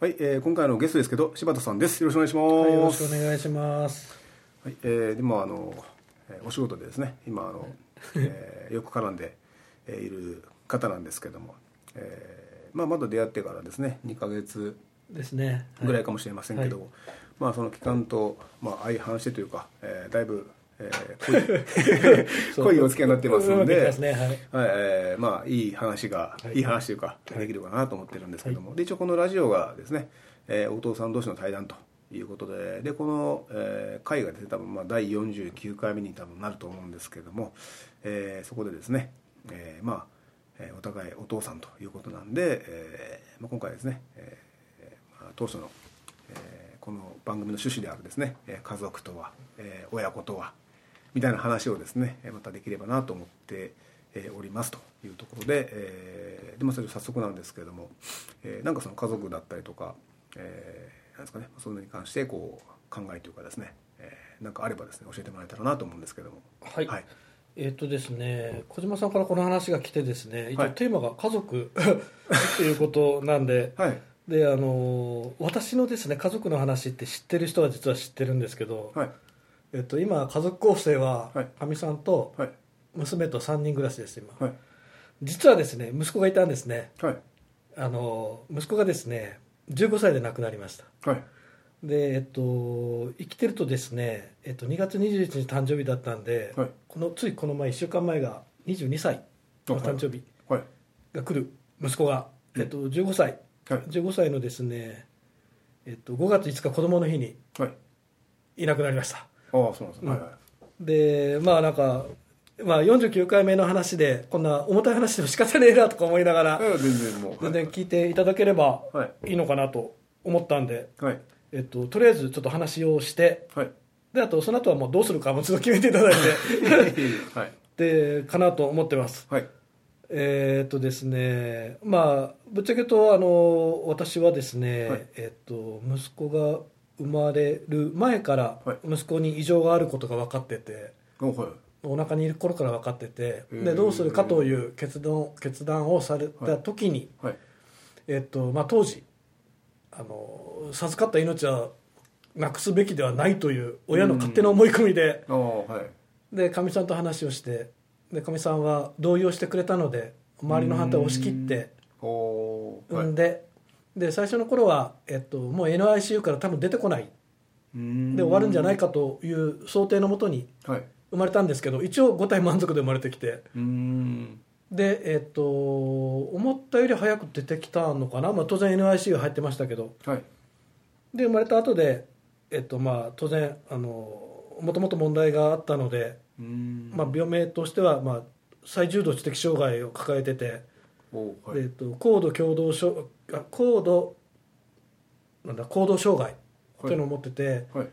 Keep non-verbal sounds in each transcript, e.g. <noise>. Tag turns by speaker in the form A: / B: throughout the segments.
A: はい、えー今回のゲストですけど柴田さんですよろしくお
B: はい、
A: 願
B: よ
A: い
B: ろ
A: し
B: しく
A: ま
B: お
A: す、
B: 願いします。
A: はいえーでもあの、えーお仕事でですね今あ
B: <laughs>
A: の、えーよく絡んでえーいる方なんですけども、えーまあ、まだ出会ってからですね2ヶ月
B: ですね。
A: ぐらい
B: か。
A: かもしれませんけど、
B: は
A: まあその期間と、まあ、相反してというか、えーだいぶ、え
B: <laughs>
A: ー濃い濃いお付き合いになってますの
B: そう
A: で
B: ですねはい
A: はいえーまあ、いい話が、
B: はい
A: い、い話というかできるかなと思ってるんですけども、で一応このラジオがですね、えーお父さん同士の対談ということででこの、えー回がですね多分まあ第49回目に多分なると思うんですけども、えーそこでですね、えーまあえーお互いお父さんということなんで、えーまあ、今回ですね、えーまあ当初の、えーこの番組の趣旨であるですねえー家族とは、えー親子とはみたいな話をですねえーまたできればなと思ってえーおりますというところで、えーでまあそれ早速なんですけれども、えーなんかその家族だったりとか、えーなんですかねそのに関してこう考えというかですね、えーなんかあればですね教えてもらえたらなと思うんですけども
B: はい。
A: はい
B: えっ、とですね、小島さんからこの話が来てですね、一
A: は
B: 応
A: い
B: テーマが家族 <laughs> っていうことなんで、
A: はい
B: であの私のですね家族の話って知ってる人は実は知ってるんですけど、
A: はい
B: えっと今家族構成は
A: はい
B: かみ、さんと
A: はい
B: 娘と3人暮らしです今、
A: はい
B: 実はですね息子がいたんですね
A: はい
B: あの息子がですね15歳で亡くなりました
A: はい
B: でえっと、生きてるとですね、えっと、2月21日誕生日だったんで、
A: はい
B: このついこの前1週間前が22歳の誕生日
A: はい
B: が来る息子が、えっと、15歳
A: はい
B: 15歳のですね、えっと、5月5日子供の日に
A: はい
B: いなくなりました
A: ああそうなんですね、はいはい
B: でまあなんか、まあ、49回目の話でこんな重たい話でも仕方ねえなとか思いながら、
A: ええ全然もう
B: 全然聞いていただければ
A: はい
B: いいのかなと思ったんで、
A: はい
B: えっと、とりあえずちょっと話をして <laughs>
A: はい
B: であとその後はもうどうするかもちょっと決めていただ
A: <laughs>
B: い
A: はい
B: てでかなと思ってます
A: はい
B: えーっとですねまあぶっちゃけとあの私はですね、
A: はい
B: えっと息子が生まれる前から
A: はい
B: 息子に異常があることが分かってて
A: おはい
B: お腹にいる頃から分かってて
A: へー
B: でどうするかという決断決断をされた時に、
A: はい
B: えっとまあ、当時あの授かった命はなくすべきではないという親の勝手な思い込みで。
A: ああはい
B: でかみさんと話をしてでかみさんは同意をしてくれたので周りの反対を押し切って
A: おおーは
B: 産
A: い
B: んで,、で最初の頃は、えっと、もう NICU から多分出てこないで
A: で
B: 終わるんじゃないかという想定のもとに
A: はい
B: 生まれたんですけど一応5体満足で生まれてきて
A: うーん
B: でえっと思ったより早く出てきたのかな、まあ、当然 NICU 入ってましたけど
A: はい
B: で生まれた後でえっとまあ当然あのもともと問題があったので
A: うーん
B: まあ、病名としては、まあ、最重度知的障害を抱えてて、
A: おーは
B: でえっ
A: い
B: と、高度共同症あ高度なんだ行動障害というのを持ってて、
A: はい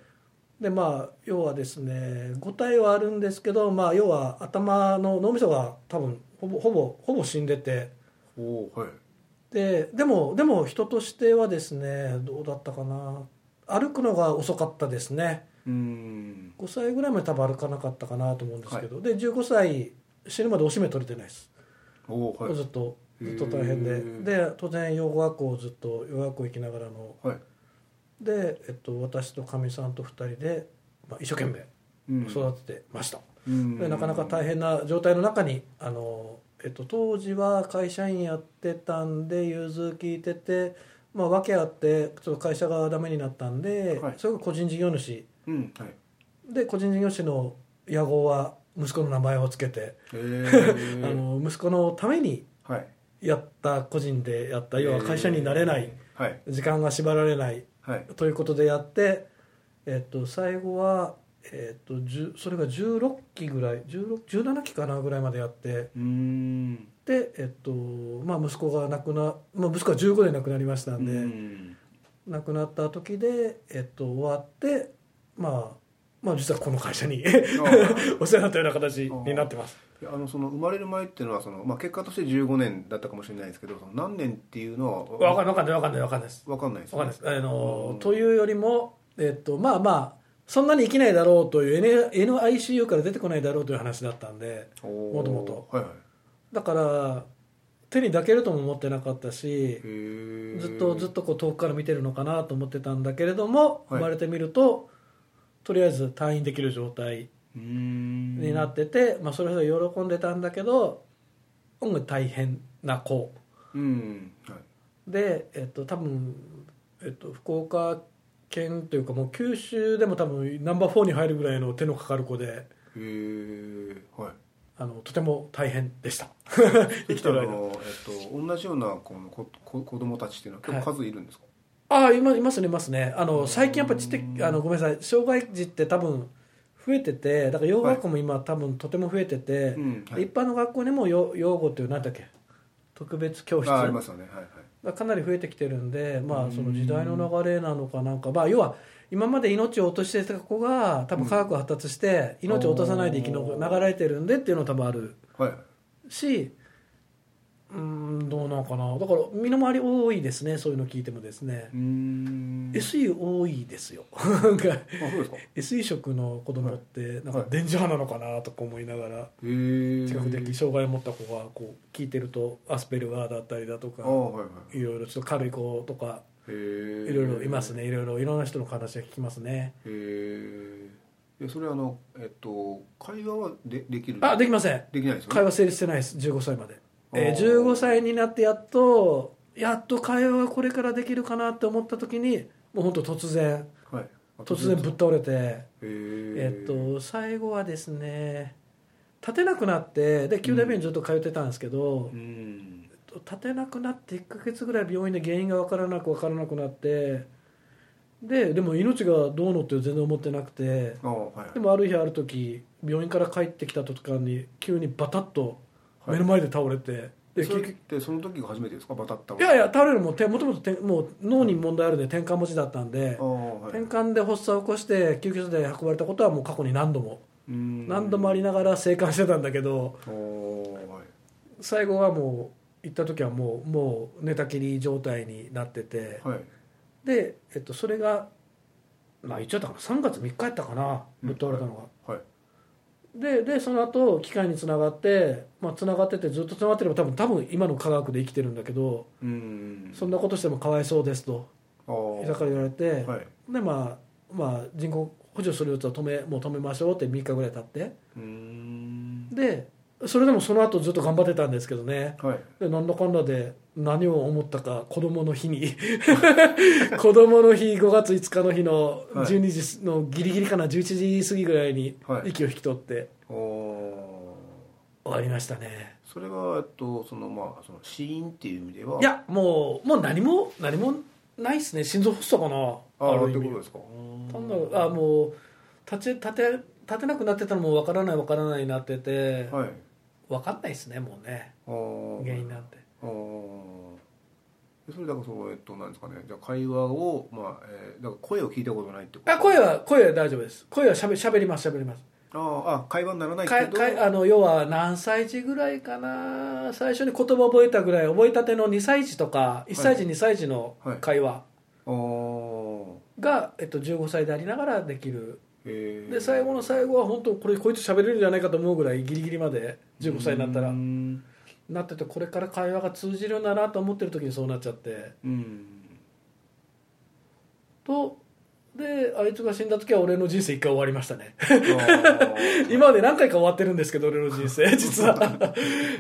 B: でまあ要はですね5体はあるんですけど、まあ、要は頭の脳みそが多分ほぼほぼほぼ死んでて
A: おーはい
B: ででもでも人としてはですねどうだったかな歩くのが遅かったですね。
A: うーん
B: 5歳ぐらいまで多分歩かなかったかなと思うんですけど、で15歳死ぬまでおしめ取れてないです、
A: おーはい
B: ずっと
A: へ
B: ずっ
A: ー
B: と大変でで当然養護学校をずっと養護学校行きながらの
A: はい
B: で、えっと、私とかみさんと2人で、まあ、一生懸命
A: うん
B: 育ててました、
A: うん
B: でなかなか大変な状態の中にあの、えっと、当時は会社員やってたんで融通聞いててまあ訳あってちょっと会社がダメになったんで、
A: はい
B: それが個人事業主
A: うんはい
B: で個人事業主の屋号は息子の名前をつけて、
A: え
B: <laughs> あ
A: ー
B: の息子のために
A: はい
B: やった個人でやった要は会社になれない、
A: えーはい
B: 時間が縛られない
A: はい
B: ということでやって、えっと、最後は、えっと、10それが16期ぐらい16 17期かなぐらいまでやって
A: うーん
B: で、えっとまあ、息子が亡くな、まあ、息子が15で亡くなりましたんで、
A: うん
B: 亡くなった時で、えっと、終わって、まあ、まあ実はこの会社に <laughs> お世話になったような形になってます
A: あのその生まれる前っていうのはその、まあ、結果として15年だったかもしれないですけどその何年っていうのは
B: 分かんない分かんない分かんない分かんないです
A: わかんないです
B: わかんないです。あの
A: うん
B: というよりも、えっと、まあまあ、そんなに生きないだろうという、N、NICU から出てこないだろうという話だったんで、
A: も
B: ともと
A: はいはい
B: だから、手に抱けるとも思ってなかったし、
A: へ
B: ずっとずっとこう遠くから見てるのかなと思ってたんだけれども、
A: はい
B: 生まれてみると、とりあえず退院できる状態に
A: に
B: なってて、まあ、それぞれ喜んでたんだけど、音楽大変な子。
A: うんはい
B: で、えっと、多分、えっと、福岡県というかもう九州でも多分ナンバー4に入るぐらいの手のかかる子で
A: へえはい
B: あのとても大変
A: <laughs>
B: でした生きて
A: あ
B: る間
A: の、えっと、同じようなこのここ子供たちっていうのは結構数いるんですか、
B: ああいまいますねいますねあの最近やっぱ知的あのごめんなさい障害児って多分増えててだから養護学校も今多分とても増えてて、
A: うんはい
B: 一般の学校にも養養護っていう何だっけ特別教室
A: あありますよねはいはい
B: がかなり増えてきてるんで、ま
A: う
B: あ、
A: ん
B: その時代の流れなのかなんか、まあ、要は今まで命を落としてた子が多分科学が発達して
A: うん
B: 命を落とさないで生き
A: お
B: の
A: ー
B: 流れてるんでっていうのは多分ある
A: はいはい
B: しうーんどうなのかなだから身の回り多いですねそういうの聞いてもですね
A: うーん
B: SE 多いですよ <laughs> なんか
A: あそう
B: <laughs>
A: ですかへ
B: SE 職の子供ってなんか電磁波なのかなとか思いながら
A: え
B: 視覚的障害を持った子がこう聞いてるとアスペルガーだったりだとか
A: あはいはい
B: いろいろちょっと軽い子とか
A: へえ
B: いろいろいますねいろいろいろんな人の話は聞きますね
A: へええそれあのえっと会話はでできる
B: あできません
A: できないですよね
B: 会話成立してないです15歳まで、えー
A: あー
B: 15歳になってやっとやっと会話がこれからできるかなって思った時にもう本当突然
A: はいあ
B: 突然ぶっ倒れて
A: へ
B: え
A: え
B: っと最後はですね立てなくなってで9代目にずっと通ってたんですけど、
A: うん
B: 立てなくなって1ヶ月ぐらい病院で原因が分からなく分からなくなってででも命がどうのって全然思ってなくて
A: あはい
B: でもある日ある時病院から帰ってきた途端に急にバタッと
A: はい
B: 目の前で倒れて、で
A: それっ
B: 結局
A: てその時が初めてですかバタッタはい
B: やいや倒れるのもてもともとてもう脳に問題あるんで転換持ちだったんで
A: あ、はい
B: 転換で発作を起こして救急車で運ばれたことはもう過去に何度も
A: うん
B: 何度もありながら <laughs> 生還してたんだけど
A: おーはい
B: 最後はもう行った時はもうもう寝たきり状態になってて、
A: はい
B: で、えっと、それが、まあ、言っちゃったかな3月3日やったかなぶっ倒れたのが。
A: はい
B: ででその後機械につながって、まあ、つながっててずっとつながってれば多分多分今の科学で生きてるんだけど
A: うん
B: そんなことしてもかわいそうですと
A: あー
B: 医者から言われて、
A: はい
B: でまあまあ人工補助するやつは止めもう止めましょうって3日ぐらい経って
A: うーん
B: でそれでもその後ずっと頑張ってたんですけどね
A: はい
B: でなんだかんだで何を思ったか子供の日に <laughs> 子供の日5月5日の日の
A: はい
B: 12時のギリギリかな11時過ぎぐらいに
A: はい
B: 息を引き取って
A: おー
B: 終わりましたね、
A: それはえっとそのまあその死因っていう意味ではい
B: やもうもう何も何もないっすね心臓発作かな
A: ああ
B: る
A: っ
B: 意
A: て
B: 味
A: ことですか
B: 単なるあもう立ち立て立てなくなってたのも分からない分からないになってて、
A: はい
B: 分かんないですねもうね
A: あー
B: 原因なんて
A: あーでそれだからそのえっとなんですかねじゃあ会話をまあ、えー、だから声を聞いたことないってこと
B: あ声は声は大丈夫です声はしゃべしゃべりますしゃべります
A: あーあ会話にならない
B: か
A: け
B: い
A: ど
B: かいあの要は何歳児ぐらいかな最初に言葉覚えたぐらい覚えたての2歳児とか1歳児、2歳児の
A: はい
B: 会話
A: あー
B: が、えっと、15歳でありながらできる
A: へー
B: で最後の最後は本当これこいつ喋れるんじゃないかと思うぐらいギリギリまで15歳になった
A: う
B: ら
A: ん
B: なっててこれから会話が通じるんだなと思ってる時にそうなっちゃって <laughs>
A: うん
B: とであいつが死んだ時は俺の人生一回終わりました
A: <laughs>
B: ね
A: あー
B: 今まで何回か終わってるんですけど俺の人生
A: <laughs>
B: 実は <laughs>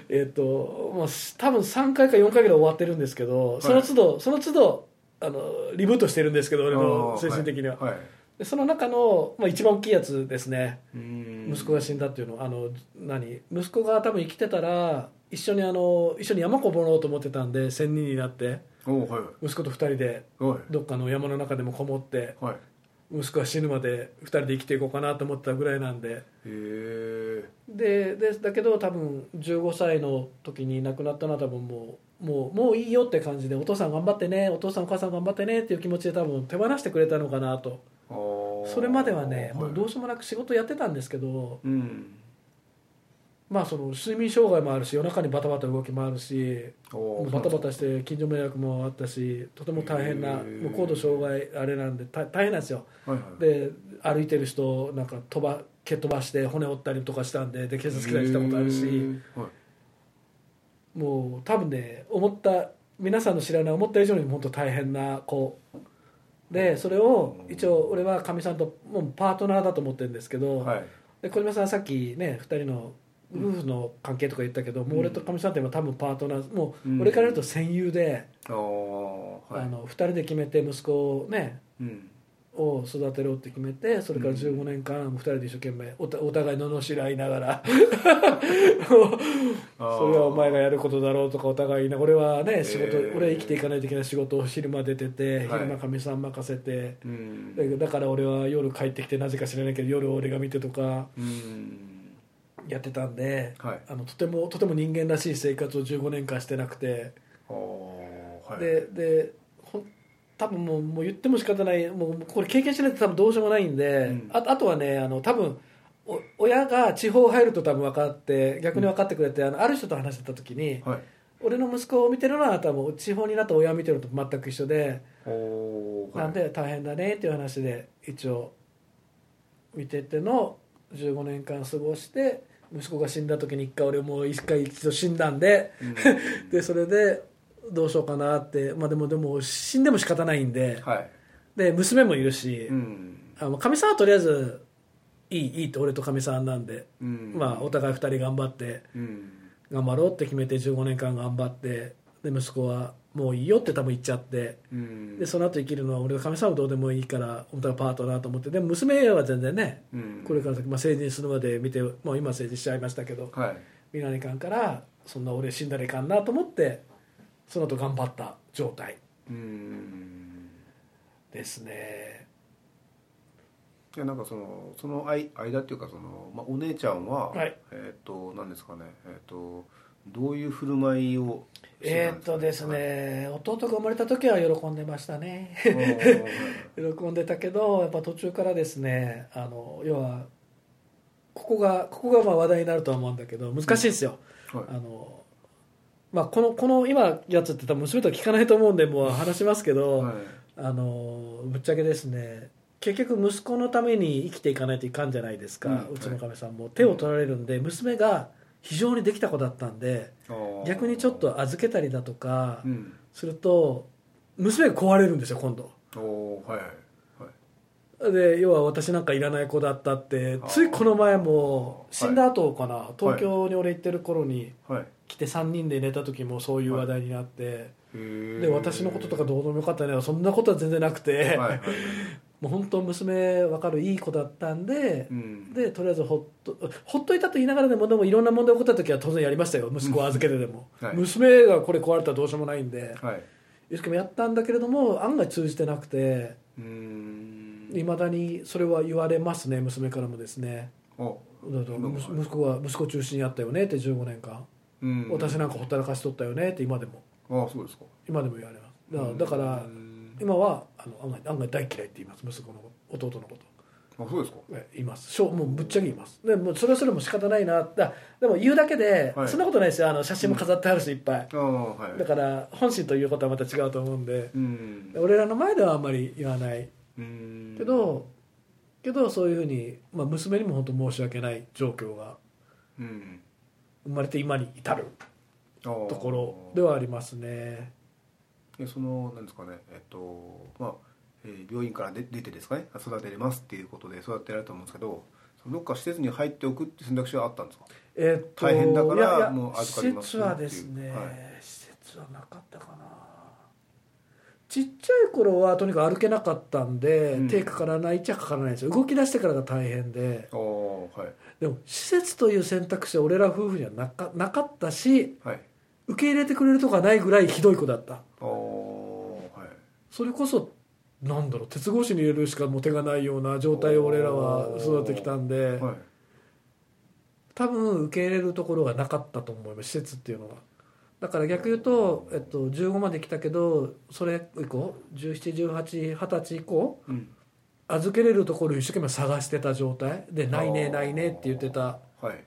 B: えっともう多分3回か4回ぐらい終わってるんですけどその都度、その都度あのリブートしてるんですけど俺の精神的には、
A: あーはいはい
B: でその中の、まあ、一番大きいやつですね
A: うん
B: 息子が死んだっていうのあの何息子が多分生きてたら一緒にあの一緒に山登ろうと思ってたんで仙人になって
A: おーはい
B: 息子と2人で
A: はい
B: どっかの山の中でもこもって
A: はい
B: 息子は死ぬまで2人で生きていこうかなと思ってたぐらいなんで
A: へえ
B: ででだけど多分15歳の時に亡くなったのは多分もうもうもういいよって感じでお父さん頑張ってねお父さんお母さん頑張ってねっていう気持ちで多分手放してくれたのかなとそ
A: そ
B: れまではねもうどう
A: し
B: しようもなく仕事やってたんですけど
A: うん
B: まあその睡眠障害もあるし夜中にバタバタ動きもあるし
A: おー
B: バタバタして近所迷惑もあったしとても大変な
A: へ
B: も
A: ー
B: う高度障害あれなんでた大変なんですよ
A: はいはい
B: で歩いてる人なんか飛ば蹴飛ばして骨折ったりとかしたんでで警察来たりしたことある
A: へ
B: し
A: ーはい
B: もう多分ね思った皆さんの知らない思った以上にもっと大変な子でそれを一応俺はかみさんともうパートナーだと思ってるんですけど、
A: はい
B: で小島さんさっきね2人の夫婦の関係とか言ったけど、もう俺とかみさんって今多分パートナーもう俺から言うと戦友で、
A: あーは
B: あ
A: い
B: の2人で決めて息子をね
A: うん
B: を育てろって決めてそれから15年間2人で一生懸命おたお互い罵り合いながら
A: あー
B: <laughs> それはお前がやることだろうとかお互いな俺はね仕事、
A: えー
B: 俺は生きていかないといけない仕事を昼間出てて
A: はい
B: 昼間かみさん任せて、
A: うん
B: でだから俺は夜帰ってきてなぜか知らないけど夜俺が見てとか
A: うん
B: やってたんで、
A: はい
B: あのとてもとても人間らしい生活を15年間してなくて。
A: あーはい
B: ででほん多分もうもう言っても仕方ないもうこれ経験しないと多分どうしようもないんで、
A: うん
B: ああとはねあの多分お親が地方入ると多分分かって逆に分かってくれて、あのある人と話してた時に、
A: はい
B: 俺の息子を見てるのは多分地方になった親を見てるのと全く一緒で、
A: おーはい
B: なんで大変だねっていう話で一応見てての15年間過ごして息子が死んだ時に一回俺も一回一度死んだんで。
A: うん
B: <laughs> でそれでどうしようかなって、まあ、でもでも死んでも仕方ないんで,、
A: はい
B: で娘もいるし
A: うん
B: あのかみさんはとりあえずいいいいって俺とかみさんなんで、
A: うん
B: まあ、お互い2人頑張って
A: うん
B: 頑張ろうって決めて15年間頑張ってで息子はもういいよって多分言っちゃって
A: うん
B: でその後生きるのは俺とかみさんはどうでもいいからお互いパートナーと思ってでも娘は全然ね
A: うん
B: これから先、まあ、成人するまで見てもう今成人しちゃいましたけど
A: はい
B: 見られかんからそんな俺死んだらいかんなと思ってその後頑張った状態
A: うん
B: ですね
A: いやなんかそのその間間っていうかその、まあ、お姉ちゃんは、
B: はい
A: えっ、と何ですかねえっ、とどういう振る舞いをして
B: え
A: た
B: ー
A: ん
B: っとですね弟が生まれた時は喜んでましたね <laughs>
A: かね、
B: 喜んでたけどやっぱ途中からですねあの要はここがここがまあ話題になるとは思うんだけど難しいですよ、
A: はい
B: あのまあ、このこの今やつって多分娘とは聞かないと思うんでもう話しますけど、
A: はいはい
B: あのぶっちゃけですね結局息子のために生きていかないといかんじゃないですか、
A: う
B: うんちのかみさんも手を取られるんで、娘が非常にできた子だったんで
A: あー
B: 逆にちょっと預けたりだとか
A: うん
B: すると、娘が壊れるんですよ今度
A: おーはいはいはい
B: で要は私なんかいらない子だったってついこの前も
A: あー
B: 死んだ後かな、東京に俺行ってる頃に
A: はい
B: 来て3人で寝た時もそういう話題になって、
A: へー
B: で私のこととかどうでもよかったねそんなことは全然なくて、
A: はいはいはい
B: もう本当娘わかるいい子だったんで
A: う、ん
B: でとりあえずほっとほっといたと言いながらでもでもいろんな問題起こった時は当然やりましたよ息子を預けてでも、
A: はい
B: 娘がこれ壊れたらどうしようもないんで
A: はい
B: 一生懸命やったんだけれども案外通じてなくて
A: うーん
B: いまだにそれは言われますね娘からもですね
A: お
B: だと
A: うん
B: む息子は息子中心にやったよねって15年間、
A: うん
B: 私なんかほったらかしとったよねって今でも
A: ああそうですか
B: 今でも言われますだからだから
A: うん
B: 今はあの案外案外大嫌いって言います息子の弟のこと
A: あそうですか
B: えいますしょもうぶっちゃけいますでもうそれはそれも仕方ないなだでも言うだけで、
A: はい
B: そんなことないですよあの写真も飾ってあるしいっぱい
A: ああはい
B: だから本心ということはまた違うと思うんで
A: うん
B: 俺らの前ではあんまり言わない
A: うん
B: けどけどそういうふうに、まあ、娘にも本当申し訳ない状況が
A: うん
B: 生まれて今に至る
A: と
B: ところではありますね
A: でそのなんですかねえっとまあ、えー病院から出出てですかね育てれますっていうことで育てられると思うんですけどそのどっか施設に入っておくって選択肢はあったんですか
B: えっと
A: 大変だから
B: いやいや
A: もう預かります
B: 施設はですね、
A: はい
B: 施設はなかったかなちっちゃい頃はとにかく歩けなかったんで、
A: うん
B: 手かからないっちゃかからないんですよ動き出してからが大変で
A: ああはい
B: でも施設という選択肢は俺ら夫婦にはなかなかったし
A: はい
B: 受け入れてくれるとかないぐらいひどい子だった
A: ああはい
B: それこそなんだろう鉄格子に入れるしかもう手がないような状態を俺らは育ってきたんで、
A: はい
B: 多分受け入れるところがなかったと思います施設っていうのはだから逆言うと、えっと、15まで来たけどそれ以降171820歳以降
A: うん
B: 預けれるところを一生懸命探してた状態で「な
A: あ
B: いね
A: ー
B: ないね」って言ってた
A: はい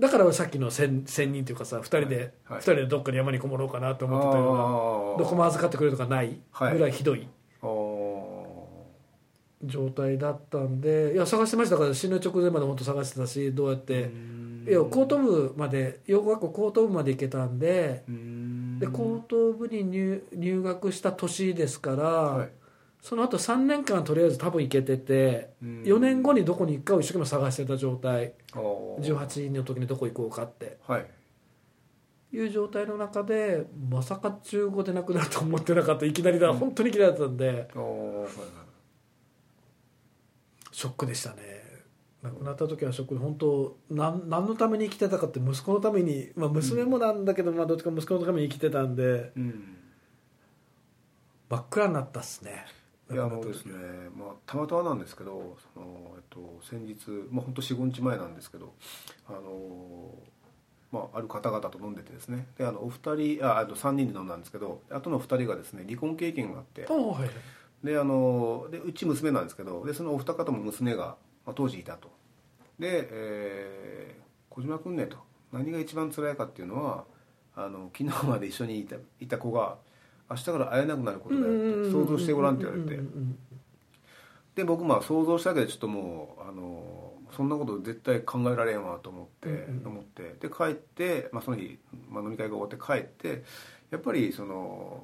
B: だからさっきの1000人というかさ2人で、
A: はい
B: 2人でどっかに山にこもろうかなと思ってたような
A: あー
B: どこも預かってくれるとかない
A: はい
B: ぐらいひどい
A: あー
B: 状態だったんでいや探してましたから死ぬ直前まで本当探してたしどうやって。いや高等部まで養護学校高等部まで行けたんで
A: うーん
B: で高等部に入入学した年ですから、
A: はい
B: その後3年間とりあえず多分行けてて
A: うん
B: 4年後にどこに行くかを一生懸命探してた状態
A: あー
B: 18の時にどこ行こうかって
A: はい
B: いう状態の中でまさか中5で亡くなると思ってなかったいきなりだ本当にいきなりだったんで
A: あーはいはい
B: ショックでしたね亡くなった時はショックで本当なん何のために生きてたかって息子のために、まあ、娘もなんだけど、まあ、どっちか息子のために生きてたんで
A: うん
B: 真っ暗になったっすね
A: いやあのですね、まあ、たまたまなんですけどその、えっと、先日、まあ、ほんと45日前なんですけどあの、まあ、ある方々と飲んでてですねであのお二人ああと3人で飲んだんですけどあとの2人がですね離婚経験があって
B: あはい
A: であのでうち娘なんですけどでそのお二方も娘が、まあ、当時いたとで、えー小島君ね」と何が一番辛いかっていうのはあの昨日まで一緒にいたいた子が明日から会えなくなることだよって想像してごらんって言われて
B: うんうんうん
A: で僕まあ想像したけどちょっともうあのそんなこと絶対考えられんわと思って、
B: うんうん
A: 思ってで帰って、まあ、その日、まあ、飲み会が終わって帰ってやっぱりその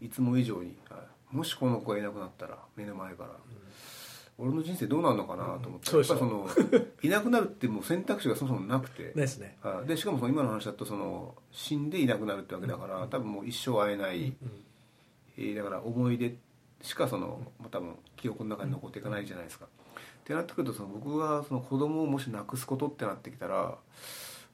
A: いつも以上にあもしこの子がいなくなったら目の前から、俺の人生どうなるのかなと思って、
B: うんそうでし
A: や
B: ょ
A: っぱそのいなくなるってもう選択肢がそもそもなくて、
B: ないです <laughs> ね
A: あでしかもその今の話だとその死んでいなくなるってわけだから、多分もう一生会えない。
B: うん
A: えーだから思い出しかそのまあ多分記憶の中に残っていかないじゃないですか。ってなってくるとその僕がその子供をもしなくすことってなってきたら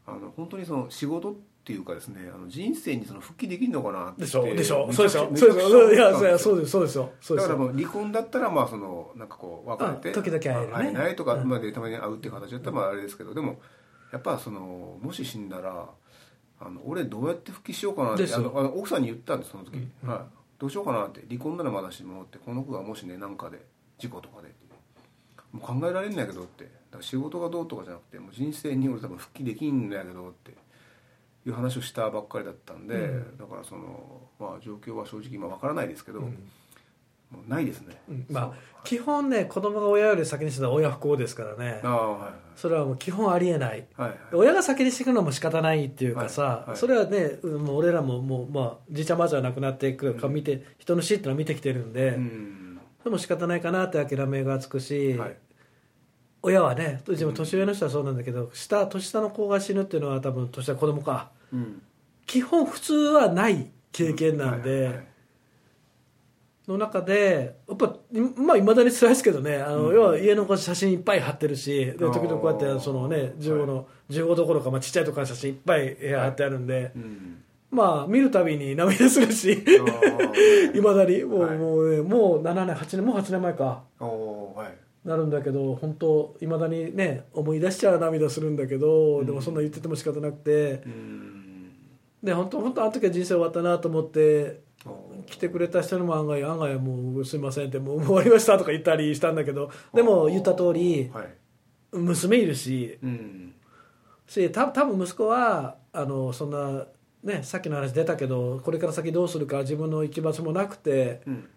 A: あの本当にその仕事っていうかですねあの人生にその復帰できるのかなって
B: でしょでしょ
A: めち
B: そ
A: ゃ
B: うで
A: く
B: し
A: ちゃ
B: ょそうでしょい
A: めちゃくちゃ
B: や
A: 思っ
B: そ
A: たんですよ
B: うやそうですそうですよそうで
A: だ
B: す
A: からも
B: よ
A: う離婚だったらまあそのなんかこう別れて
B: あ時々会えるね
A: まあ会えないとか、
B: うん
A: まあでたまに会うっていう形だったらまああれですけどでもやっぱそのもし死んだらあの俺どうやって復帰しようかなって
B: です
A: あ
B: よ
A: のあの奥さんに言ったんですその時、はい、どうしようかなって離婚ならまだしもってこの子がもしねなんかで事故とかでもう考えられんだけどってだから仕事がどうとかじゃなくてもう人生に俺多分復帰できんだけどっていう話をしたばっかりだったんで、
B: うん
A: だからその、まあ、状況は正直今わからないですけど、
B: うん
A: もうないですね、
B: うんまあ基本ね子供が親より先に死んだら親不幸ですからね
A: ああはい
B: それはもう基本ありえない
A: はいはい
B: 親が先にしてくるのも仕方ないっていうかさ、
A: はいはい
B: それはねうんもう俺らももう、まあ、じいちゃんばあちゃんが亡くなっていくか見て、人の死っていうのは見てきてるんで、
A: うん
B: それも仕方ないかなって諦めがつくし、
A: はい
B: 親はねうちも年上の人はそうなんだけど、下年下の子が死ぬっていうのは多分年下の子供か
A: うん
B: 基本普通はない経験なんで、
A: はいはいはい
B: の中でやっぱいまあ、未だに辛いですけどねあの、
A: うん
B: 要は家のこう写真いっぱい貼ってるしで時々こうやっ
A: あー
B: てその、ね、15, の、15どころか、まあ、ちっちゃいところの写真いっぱい部屋貼ってあるんで、
A: うん
B: まあ見るたびに涙するし
A: あー
B: いまだにもう,、
A: はい
B: もうねもう7年8年もう8年前か
A: おーはい
B: なるんだけど本当いまだにね思い出しちゃう涙するんだけど、でもそんな言ってても仕方なくて
A: うん
B: で本当本当あの時は人生終わったなと思って
A: おー
B: 来てくれた人にも案外案外もうすいませんってもうもう終わりましたとか言ったりしたんだけどでも言った通り
A: はい
B: 娘いるし
A: うん
B: した多分息子はあのそんなねさっきの話出たけどこれから先どうするか自分の行き場所もなくて
A: うん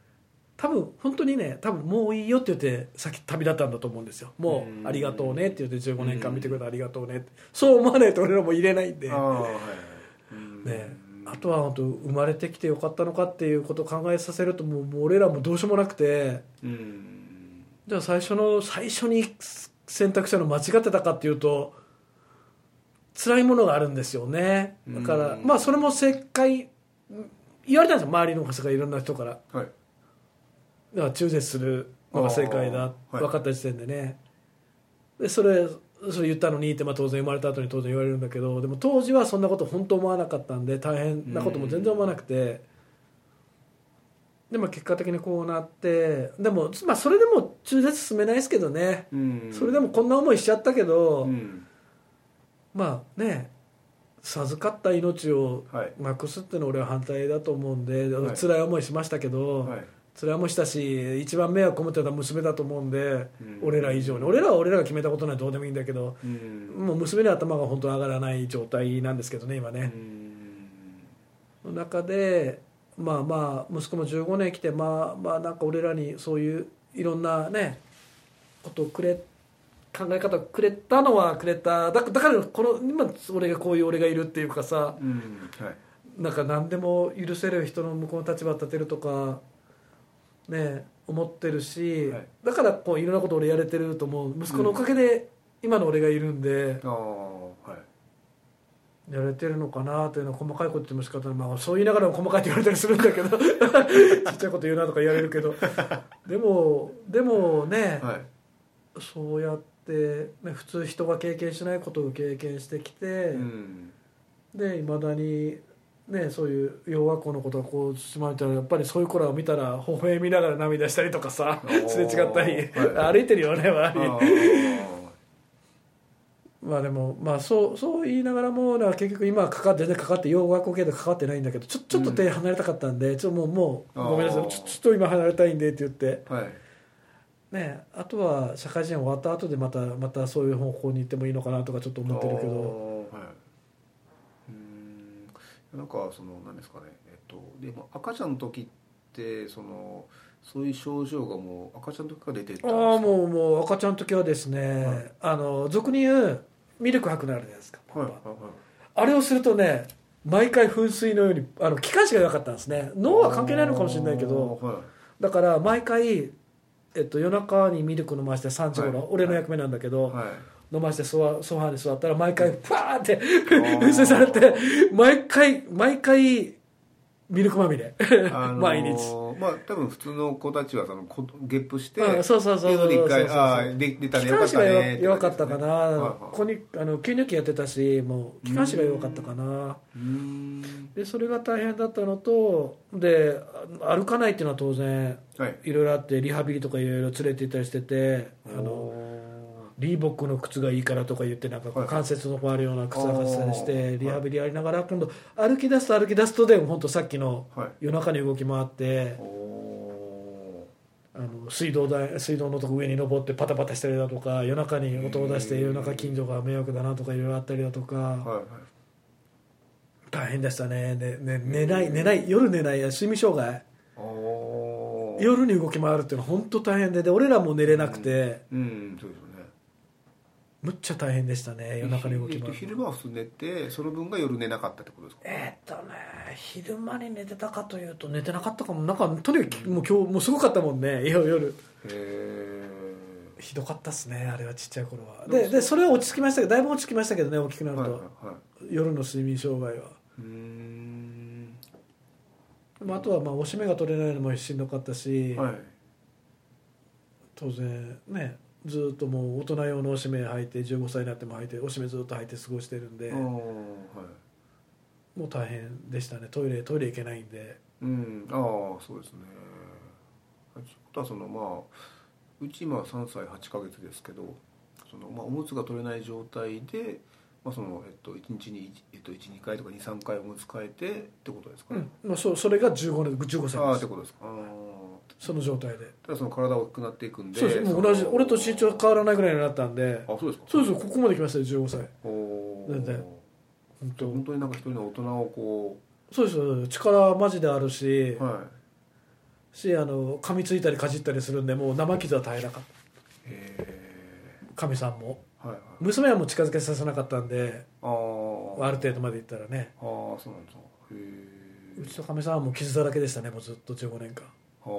B: 多分本当にね多分もういいよって言って先旅立ったんだと思うんですよも
A: うん
B: うありがとうねって言って15年間見てくれてありがとうねってそう思わないと俺らも入れないんで
A: あー
B: ね
A: はいはいうん
B: あとは本当生まれてきてよかったのかっていうことを考えさせるともうもう俺らもどうしようもなくて
A: うん
B: じゃあ最初の最初に選択したの間違ってたかっていうと辛いものがあるんですよねだから
A: うん
B: まあそれも正解言われたんですよ周りの方がいろんな人から
A: はい
B: だから中絶するのが正解だ、
A: あーはい
B: 分かった時点でねでそれそれ言ったのにって、まあ、当然生まれた後に当然言われるんだけどでも当時はそんなこと本当思わなかったんで大変なことも全然思わなくて、でも結果的にこうなってでも、まあ、それでも中絶進めないですけどね、
A: うん
B: それでもこんな思いしちゃったけど、
A: うん
B: まあね授かった命を
A: はい
B: なくすってのは俺は反対だと思うんで、
A: はい
B: 辛い思いしましたけど、
A: はい
B: 辛い思いしたし一番迷惑をむってたのは娘だと思うんで、
A: うん
B: 俺ら以上に俺らは俺らが決めたことなんてどうでもいいんだけど、
A: うん
B: もう娘の頭が本当に上がらない状態なんですけどね今ね。
A: うん
B: の中でまあまあ息子も15年来てまあまあなんか俺らにそういういろんなねことをくれ考え方をくれたのはくれただだからこの今俺がこういう俺がいるっていうかさ
A: うんはい
B: なんか何でも許せる人の向こうの立場立てるとかね思ってるし、
A: はい
B: だからこういろんなこと俺やれてると思う息子のおかげで今の俺がいるんで、
A: ああはい
B: やれてるのかなというのは細かいこと言っても仕方ない、まあ、そう言いながらも細かいって言われたりするんだ
A: <laughs>
B: けどちっちゃいこと言うなとか言われるけどでもでもね、
A: はい
B: そうやって、ね、普通人が経験しないことを経験してきて、
A: うん
B: でいまだに、ね、そういう幼学校のことがこうしまうとやっぱりそういう子らを見たら微笑みながら涙したりとかさ
A: おー
B: すれ違ったり、
A: はい
B: 歩いてるよね
A: あ
B: 周り。
A: ー
B: まあでも、まあ、そうそう言いながらもなんか結局今はかか全然かかって洋学校系でかかってないんだけどちょちょっと手離れたかったんで、ちょっともうもう
A: あー
B: ごめんなさいちょちょっと今離れたいんでって言って、
A: はい
B: ね、あとは社会人終わった後でまたまたそういう方向に行ってもいいのかなとかちょっと思ってるけ
A: あ
B: ど
A: ーはい、うーんなんかその何ですかねえっとでも赤ちゃんの時ってそのそういう症状がもう赤ちゃんの時から出てた
B: ああ
A: んですか
B: もうもう赤ちゃんの時はですね、
A: はい
B: あの俗に言うミルク吐くなるじゃないですか、
A: はいはい
B: あれをするとね毎回噴水のようにあの気管支が弱かったんですね脳は関係ないのかもしれないけど
A: あーはい
B: だから毎回、えっと、夜中にミルク飲まして3時頃、
A: はい
B: 俺の役目なんだけど、
A: はい
B: 飲ましてソファソファーに座ったら毎回ふわーって
A: ー
B: 噴水されて毎回毎回ミルクまみれ
A: あのー
B: <laughs> 毎日、
A: まあ多分普通の子たちはそのこゲップして
B: うんそうそうそうそう
A: っていので一回
B: そうそうそう
A: ああで出たね
B: 気
A: よかっ
B: 管支
A: た
B: が
A: ね
B: 弱
A: って
B: 弱かったかな、
A: はいはい
B: ここにあの吸入器やってたしもう気管支が弱かったかな
A: うーん
B: でそれが大変だったのとであ歩かないっていうのは当然
A: はい
B: いろいろあってリハビリとかいろいろ連れて行ったりしててあのリーボックの靴がいいからとか言ってなんかこう
A: はい
B: 関節の回るような靴履かせたり
A: あー
B: し
A: は
B: て
A: い
B: リハビリやりながら今度歩き出すと歩き出すとでも本当さっきの
A: はい
B: 夜中に動き回って
A: お
B: あの水道台水道のとこ上に登ってパタパタしたりだとか夜中に音を出して
A: へー
B: 夜中近所が迷惑だなとかいろいろあったりだと
A: ー
B: か
A: はいはい
B: 大変でしたねねね寝ない寝ない夜寝ない睡眠障害
A: おー
B: 夜に動き回るっていうのは本当大変でで俺らも寝れなくて
A: うんそうですよね
B: むっちゃ大変でしたね夜中に動き回
A: えっと
B: る
A: 昼間は普通寝てその分が夜寝なかったってことですか
B: えーっとね昼間に寝てたかというと寝てなかったかもなんかとにかくもう今日もうすごかったもんね夜夜
A: へえ
B: ひどかったっすねあれはちっちゃい頃は
A: どうで
B: ですでそれは落ち着きましたけどだいぶ落ち着きましたけどね大きくな
A: はい
B: る
A: はい
B: と、
A: はい
B: 夜の睡眠障害は
A: うーん
B: でもあとはまあおしめが取れないのもしんどかったし、
A: はい
B: 当然ねずーっともう大人用のおしめ履いて15歳になっても履いておしめずーっと履いて過ごしてるんで、
A: おー
B: も
A: はいう
B: 大変でしたねトイレトイレ行けないんで
A: うんああそうですねちょっとはそのまあうち今3歳8ヶ月ですけどその、まあ、おむつが取れない状態で、まあそのえっと、1日に、えっと、12回とか23回おむつ変えてってことですか
B: う
A: ね
B: ん、、まあ、そうそれが15年15歳
A: ああっ
B: で
A: て
B: す
A: ことですかあー
B: その状態で
A: ただその体は大きくなっていくんで
B: そうですもう同じ俺と身長変わらないぐらいになったんで
A: あそうですか
B: そうですここまで来ましたよ15歳
A: おー
B: 全然本当
A: 本当になんか一人の大人をこ
B: そうですそうです力マジであるし、
A: うはい
B: しあの噛みついたりかじったりするんでもう生傷は絶えなかっ
A: え
B: たかみさんも
A: ー、はいはい
B: 娘はもう近づけさせなかったんで
A: あー
B: ある程度までいったらね
A: あーそうなんですかへ
B: う
A: え
B: ちとかみさんはもう傷だらけでしたねもうずっと15年間
A: あ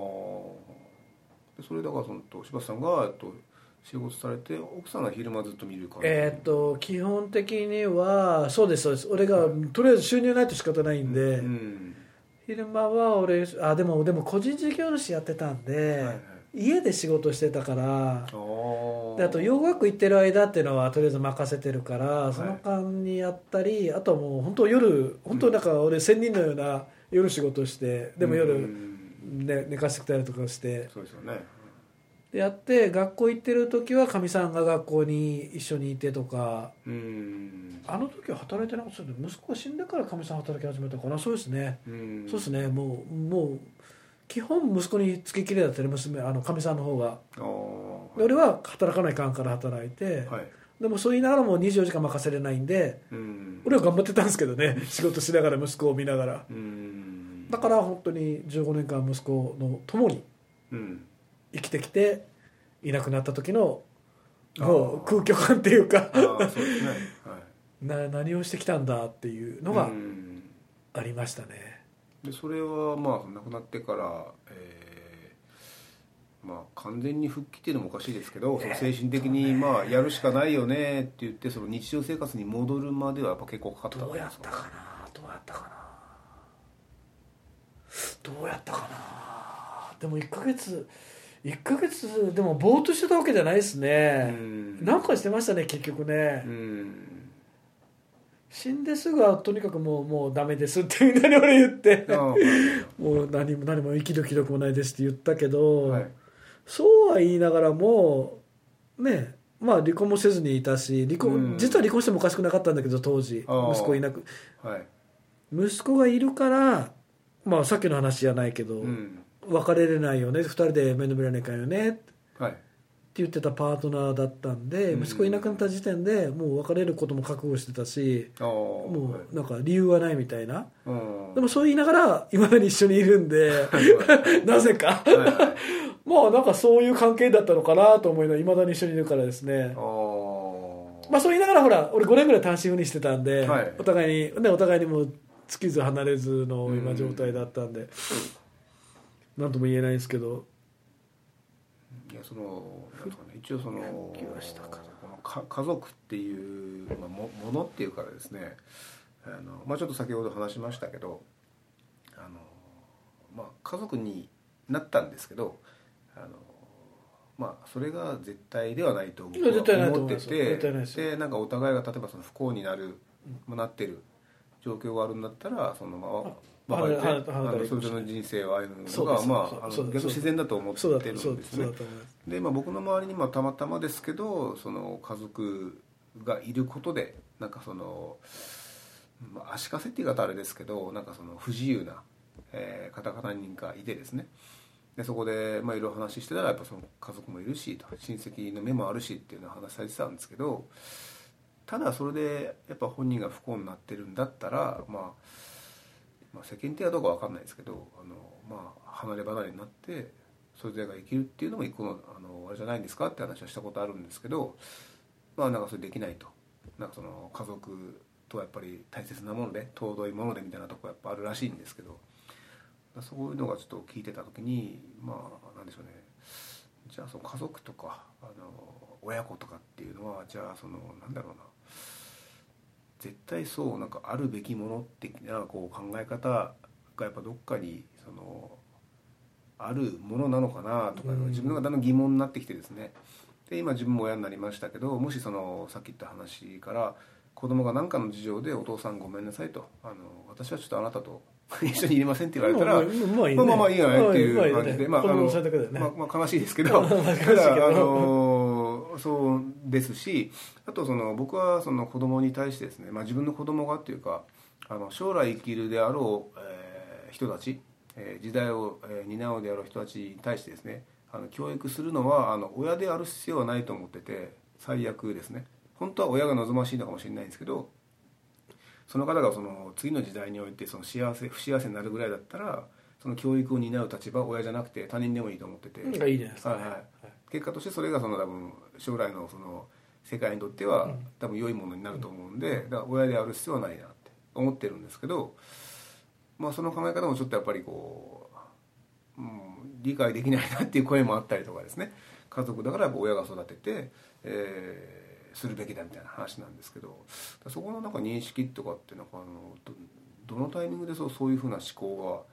A: ーでそれだからそのと柴田さんが、えっと、仕事されて奥さんが昼間ずっと見るから
B: えーっと基本的にはそうですそうです俺がとりあえず収入ないと仕方ないんで、
A: うん
B: 昼間は俺あでもでも個人事業主やってたんで、
A: はいはい
B: 家で仕事してたから
A: あー
B: であと洋楽行ってる間っていうのはとりあえず任せてるから、
A: い
B: その間にやったりあとはもう本当夜本当なんか俺仙人のような夜仕事してでも夜、
A: うん
B: 寝寝かしてくれたりとかして
A: そうですよね
B: でやって学校行ってる時はかみさんが学校に一緒にいてとか
A: うん
B: あの時は働いてなかったですけど息子が死んでからかみさん働き始めたかなそうですね、
A: うん
B: そうですねもうもう基本息子につきっきりだったね娘あのかみさんの方が
A: あー
B: で俺は働かないかんから働いて、
A: はい
B: でもそう言いながらも24時間任せれないんで
A: うん
B: 俺は頑張ってたんですけどね仕事しながら息子を見ながら
A: うん
B: だから本当に15年間息子の共に
A: うん
B: 生きてきていなくなった時の
A: あー
B: もう空虚感っていうか
A: ああそうですねはい
B: <laughs> な何をしてきたんだっていうのが
A: うん
B: ありましたね、
A: でそれはまあ亡くなってから、えーまあ、完全に復帰っていうのもおかしいですけど、その精神的にまあやるしかないよねって言ってその日常生活に戻るまではやっぱ結構かかった
B: ど
A: わ
B: う
A: け
B: や
A: で
B: っ
A: す
B: たかなどうやったかなどうやったかなでも1ヶ月1ヶ月でもぼーっとしてたわけじゃないですね、
A: な
B: なんかしてましたね結局ね、
A: うん
B: 死んですぐはとにかくもうもうダメですってみんなに俺言って
A: ああはい
B: <laughs> もう何も何も生きどきどくもないですって言ったけど、
A: はい
B: そうは言いながらもねまあ離婚もせずにいたし離婚、
A: うん
B: 実は離婚してもおかしくなかったんだけど当時
A: ああ
B: 息子いなく
A: はい
B: 息子がいるからまあさっきの話じゃないけど、
A: うん
B: 別れれないよね2人で面倒見られないからよねって
A: はい
B: 言ってたパートナーだったんで、
A: うん
B: 息子いなくなった時点でもう別れることも覚悟してたし
A: ああ
B: もうなんか理由はないみたいな
A: はい
B: でもそう言いながら今まで一緒にいる
A: <laughs>
B: んでなぜか
A: うんはいはい
B: まあなんかそういう関係だったのかなと思いながらいまだに一緒にいるからです
A: ああ
B: ね <laughs> まあそう言いながらほら俺5年ぐらい単身赴任してたんで、
A: はい
B: お互いにねお互いにもう尽きず離れずの今状態だったんで何とも言えないんですけど
A: いやそのなんですかね一応そのこのか家族っていう、まあ、もものっていうからですねあの、まあ、ちょっと先ほど話しましたけどあの、まあ、家族になったんですけどあの、まあ、それが絶対ではないと僕
B: いや絶対ない
A: は
B: と思
A: 思
B: い
A: って
B: ます
A: て
B: 絶対ないですよ
A: でなんかお互いが例えばその不幸になる、まあ、なってる状況があるんだったらそのまあ
B: あ
A: 別れて
B: 離
A: あ
B: れ離れたらいい
A: の
B: か
A: そ
B: も
A: れ
B: しれ
A: ぞ
B: な
A: れ
B: い
A: の人生を歩むの
B: そうで
A: が
B: す
A: ま
B: そう
A: ああの
B: そうそう
A: 逆に自然だと思って
B: そうだった
A: る
B: そ
A: ん
B: う
A: です
B: そう
A: ね
B: だと思います
A: で、まあ、僕の周りにまあたまたまですけどその家族がいることでなんかその、まあ、足かせって言い方あれですけどなんかその不自由な、えー方が何人かいてですねでそこでまあいろいろ話してたらやっぱその家族もいるし親戚の目もあるしっていうのは話されてたんですけどただそれでやっぱ本人が不幸になってるんだったら、まあ、まあ世間体はどうかわかんないですけどあの、まあ、離れ離れになってそれぞれが生きるっていうのも一個のあのあれじゃないんですかって話はしたことあるんですけどまあなんかそれできないとなんかその家族とはやっぱり大切なもので尊いものでみたいなとこやっぱあるらしいんですけどそういうのがちょっと聞いてた時にまあなんでしょうねじゃあその家族とかあの親子とかっていうのはじゃあそのなんだろうな絶対そうなんかあるべきもの的なこう考え方がやっぱどっかにそのあるものなのかなとか
B: うん
A: 自分のがだんだん疑問になってきてですねで今自分も親になりましたけどもしそのさっき言った話から子供が何かの事情で「お父さんごめんなさいと」あの私はちょっとあなたと <laughs> 一緒にいれません」って言われたら
B: まあ
A: まあまあまあいいよねっていう感じで、まあ、あ
B: 子供
A: の
B: の選択だよね、
A: まあまあ <laughs> 悲しいですけど
B: しいけ
A: た
B: ど
A: だあのそうですしあとその僕はその子供に対してですね、まあ、自分の子供がっていうかあの将来生きるであろう、えー人たち、えー時代を、えー担うであろう人たちに対してですねあの教育するのはあの親である必要はないと思ってて最悪ですね本当は親が望ましいのかもしれないんですけどその方がその次の時代においてその幸せ不幸せになるぐらいだったらその教育を担う立場は親じゃなくて他人でもいいと思ってて、
B: うんいいじゃないですか
A: は
B: ね
A: いはい
B: はい
A: 結果としてそれがその多分将来のその世界にとっては多分良いものになると思うんで、だから親である必要はないなって思ってるんですけど、まあ、その考え方もちょっとやっぱりこう、うん、理解できないなっていう声もあったりとかですね家族だからやっぱ親が育てて、えーするべきだみたいな話なんですけどだからそこのなんか認識とかってなんかあのどどのタイミングでそうそういうふうな思考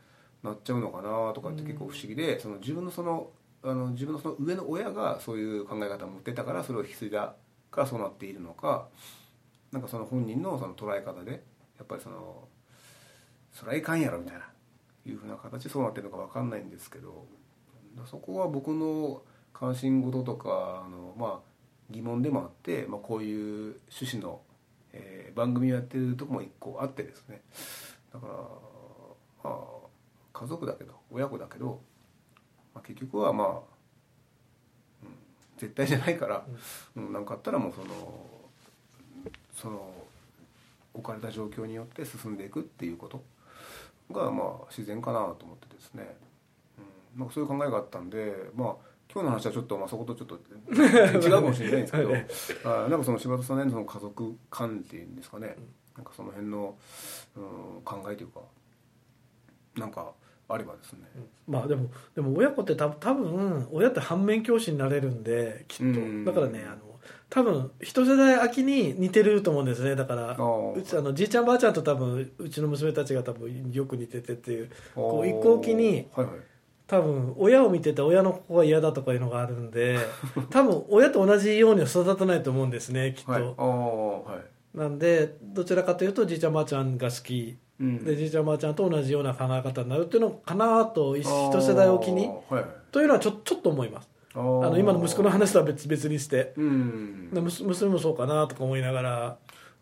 A: がなっちゃうのかなとかって結構不思議で、その自分のそのあの自分のその上の親がそういう考え方を持ってたからそれを引き継いだからそうなっているのかなんかその本人のその捉え方でやっぱりそのそれはいかんやろみたいないうふうな形でそうなってるのか分かんないんですけどそこは僕の関心事とかあの、まあ、疑問でもあって、まあ、こういう趣旨の、えー番組をやってるとこも一個あってですねだから、まあ、家族だけど親子だけど、まあ、結局はまあ、うん、絶対じゃないから何、うん、なんかあったらもうそのその置かれた状況によって進んでいくっていうことがまあ自然かなと思ってですね、うん、なんかそういう考えがあったんでまあ今日の話はちょっと、まあ、そことちょっと <laughs> 違うかもしれないんですけど、
B: はい
A: あなんかその柴田さんのその家族観っていうんですかね、なんかその辺の、うん、考えというかなんかあればですね、
B: まあでもでも親子ってた多分親って反面教師になれるんできっと
A: うん
B: だからねあの多分一世代空きに似てると思うんですねだから
A: ー
B: うちあのじいちゃんばあちゃんと多分うちの娘たちが多分よく似ててっていうこう
A: あー
B: 一向きに
A: はいはい
B: 多分親を見てて親の子が嫌だとかいうのがある
A: <laughs>
B: んで多分親と同じようには育たないと思うんですねきっと、
A: はいああはい
B: なんでどちらかというとじいちゃんばあちゃんが好き
A: うん
B: でじいちゃんばあちゃんと同じような考え方になるっていうのかなと一
A: あー
B: 一世代おきに
A: はい
B: というのはちょちょっと思います
A: あ
B: あの
A: の
B: 今の息子の話とは別別にして
A: うん
B: でむす娘もそうかなとか思いながら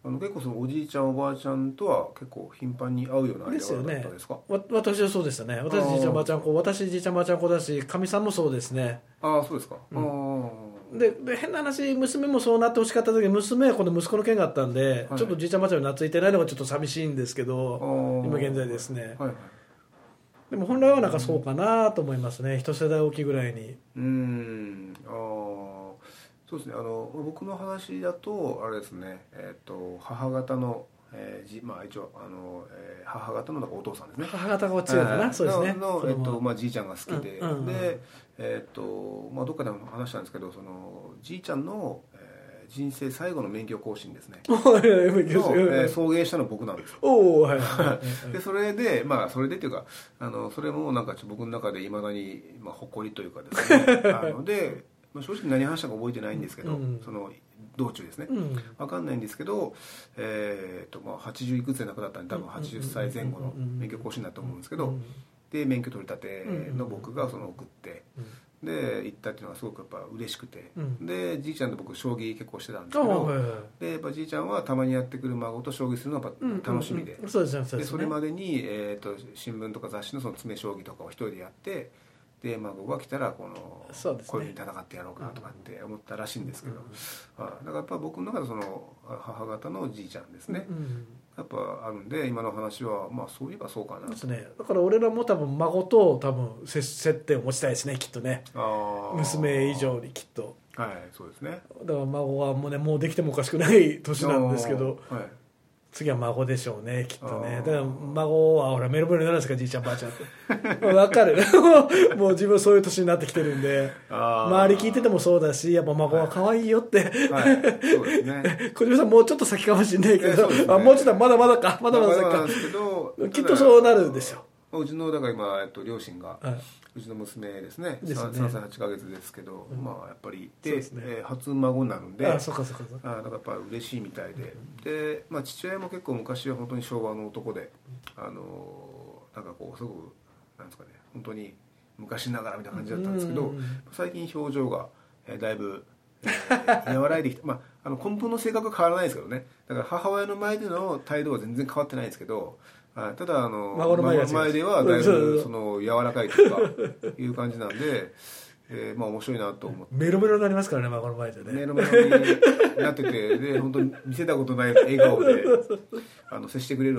A: あの結構そのおじいちゃんおばあちゃんとは結構頻繁に会うような
B: ですよ
A: 間柄だ
B: ね
A: ったんですか
B: わ私はそうでしたね私じいちゃんばあちゃん子私じいちゃんばあちゃん子だしかみさんもそうですね
A: ああそうですか、
B: うん
A: ああ
B: でで変な話娘もそうなってほしかった時娘はこの息子の件があったんで、
A: はい
B: ちょっとじいちゃんばあちゃんに懐いてないのがちょっと寂しいんですけ
A: あ
B: ど
A: ー
B: 今現在ですね
A: はいはい
B: でも本来はなんかそうかなと思いますね一世代大きいぐらいに
A: うんああそうですねあの僕の話だとあれですねえっ、と母方の、えーじまあ一応あの、えー母方のお父さんですね
B: 母方がこっちだかな、
A: はい
B: そうですね
A: ののえっ
B: 子供
A: と
B: は
A: まあ、じいちゃんが好きで、
B: うんうん
A: で、えっとまあ、どっかでも話したんですけどそのじいちゃんの、えー人生最後の免許更新
B: <laughs>
A: ですね
B: おいおいおい
A: の、えー送迎したの僕なんです
B: <laughs> おおはいは
A: でそれでまあそれでっていうかあのそれもなんかちょ僕の中でいまだに、まあ、誇りというかですね
B: <laughs>
A: あので、まあ、正直何話したか覚えてないんですけど、
B: うん
A: その道中ですね
B: い、うん
A: わかんないんですけど、えーとまあ、80いくつで亡くなったんで多分80歳前後の免許更新だと思うんですけど、
B: うん
A: で免許取り立ての僕がその送って
B: うん
A: で行ったっていうのがすごくやっぱ嬉しくて、
B: うん
A: でじいちゃんと僕将棋結構してたんです
B: あ
A: け
B: はい
A: ど、
B: はいはい
A: でやっぱじいちゃんはたまにやってくる孫と将棋するのがやっ
B: うん
A: ぱ楽しみで,、
B: うんうんそうですね
A: で
B: そうです
A: そ
B: ね
A: れまでに、えー、と新聞とか雑誌のその詰め将棋とかを一人でやってで孫が来たらこの
B: そうですね
A: こういうふうに戦ってやろうかなとかって思ったらしいんですけど、はいだからやっぱ僕の中でその母方のじいちゃんですね、
B: うん
A: やっぱあるんで今の話はまあそういえばそうかな
B: ですねだから俺らも多分孫と多分接接点を持ちたいですねきっとね
A: あー
B: 娘以上にきっと
A: はいそうですね
B: だから孫はもうねもうできてもおかしくない年なんですけど
A: あーはい
B: 次は孫でしょうねきっとね
A: あー
B: だから孫はほらメロメロになるんですかじいちゃんばあちゃんっ
A: <laughs>
B: てわかるもう自分そういう年になってきてるんで
A: あー
B: 周り聞いててもそうだしやっぱ孫は可愛いよって、
A: はいそうですね
B: <laughs> 小島さんもうちょっと先かもしれないけ
A: えそ
B: ど、
A: うですね
B: あもうちょっとまだまだか <laughs> まだまだ先
A: なん
B: か
A: ですけど
B: きっとそうなるんですよ
A: まあうちのだから今、えっと、両親が、
B: はいう
A: ちの娘ですね
B: ですよね
A: 3歳8ヶ月ですけど、まあやっぱりで
B: そうですね
A: えー初孫になるんで
B: あそうかそうかそうか
A: あだからやっぱ嬉しいみたいで、で、まあ、父親も結構昔は本当に昭和の男で、あのーなんかこうすごくなんですかね本当に昔ながらみたいな感じだったんですけど、
B: うん
A: 最近表情が、えーだいぶ、えー和らいできて、まあ、あの根本の性格は変わらないですけどねだから母親の前での態度は全然変わってないですけどあただあの
B: 孫の前が違う
A: 孫ではだい
B: そうそうそ
A: ぶ
B: う
A: その柔らかいというかいう感じなんで、えーまあ面白いなと思って。
B: メロメロになりますからね孫の前でね
A: メロメロになっててで本当に見せたことない笑顔であの接してくれるん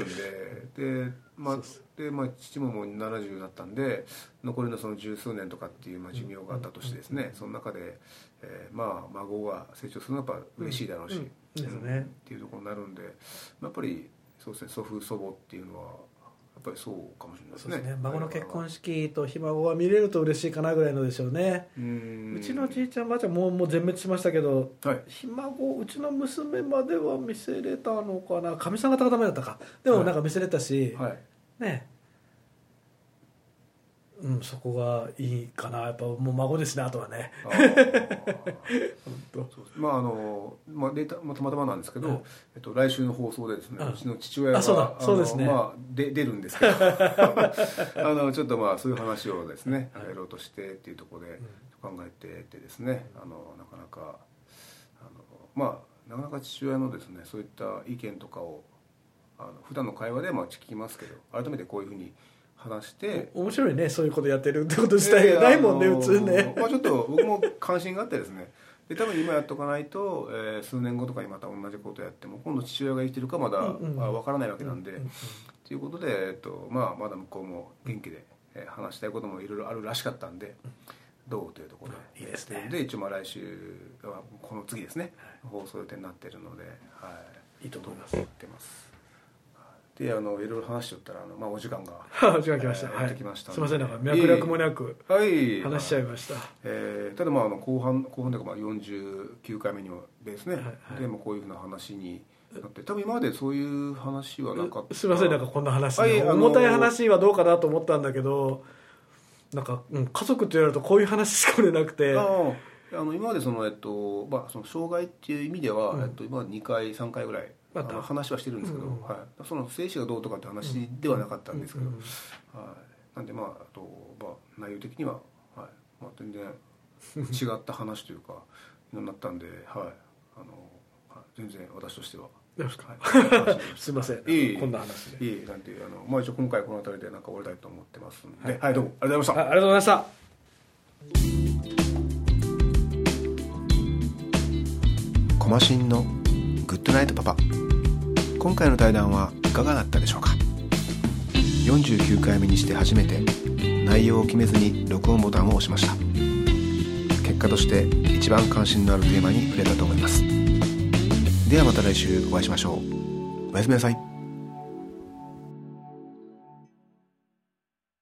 A: でで,、まあでまあ、父ももう70だったんで残りのその十数年とかっていう、まあ、寿命があったとしてですね、その中で、えーまあ、孫が成長するのはやっぱ嬉しいだろうし、
B: うんうんですね
A: うんっていうところになるんで、まあやっぱりそうですね祖父祖母っていうのはやっぱりそうかもしれないです
B: そう
A: ね。
B: ですね孫の結婚式とひ孫が見れると嬉しいかなぐらいのでしょうね、
A: う
B: うんちのじいちゃんばあちゃんもうもう全滅しましたけど
A: はい
B: ひ孫うちの娘までは見せれたのかなかみさん方がダメだったかでもなんか見せれたし、
A: はい
B: ねうん、そこがいいかなやっぱもう孫ですねあとはね
A: あー
B: 本
A: そうまああの、まあ、データ、まあ、たまたまなんですけど、
B: うん
A: えっと、来週の放送でですね、
B: う
A: うんちの父親が
B: あそうだ
A: あの
B: そうですね
A: まあ、で出るん
B: <laughs>
A: ですけどあのちょっとまあそういう話をですねやろうとしてっていうところで考えててですねあのなかなかあのまあなかなか父親のですねそういった意見とかをあの普段の会話でまあ聞きますけど改めてこういうふうに話して
B: 面白いねそういうことやってるってこと自体がないもんね
A: えーあ
B: 普
A: の
B: 通ね
A: まあ、ちょっと僕も関心があってですねで多分今やっとかないと、えー数年後とかにまた同じことやっても今度父親が生きてるかまだ、
B: うんうん
A: まあ、分からないわけなんで、
B: うんうん
A: ということで、えっとまあ、まだ向こうも元気で、えー話したいこともいろいろあるらしかったんで、どうというところ
B: うんいいですね
A: えーで一応まあ来週はこの次ですね、放送予定になってるので、はい、
B: いいと思います
A: 思ってますであのいろいろ話しちゃったらあの、まあ、お時間が
B: <laughs> 時間来ました、
A: えー
B: は
A: やっ
B: い
A: てきましたんで
B: すいませんなんか脈絡もなく
A: はい
B: 話しちゃいました、
A: えーただまああの後半後半というかまあ49回目にもですね、
B: はいはい
A: でもこういうふうな話になって多分今までそういう話はなかった
B: すいませんなんかこんな話、
A: はいあの
B: 重たい話はどうかなと思ったんだけどなんか、うん、家族と言われるとこういう話しか出なくて
A: あのあの今までその、えっとまあ、その障害っていう意味では、
B: うん
A: えっと、今2回3回ぐらい、
B: ま
A: あ
B: た
A: の話はしてるんですけど、
B: うんうん
A: はい、その精子がどうとかって話ではなかったんですけど、
B: うんうん
A: はい、なんでまああと、まあ、内容的には、はいまあ、全然違った話という
B: <laughs>
A: かになったんで、はいあのはい、全然私としては。
B: なんですか
A: はい
B: <laughs> すいません、
A: いい
B: こんな話で
A: いいなんていうあの、まあ、一応今回この辺りでなんか終わりたいと思ってますんで、はい、どうもありがとうございました
B: あありがとうございました
A: コマシンのグッドナイトパパ今回の対談はいかがだったでしょうか49回目にして初めて内容を決めずに録音ボタンを押しました結果として一番関心のあるテーマに触れたと思いますではまた来週お会いしましょうおやすみなさい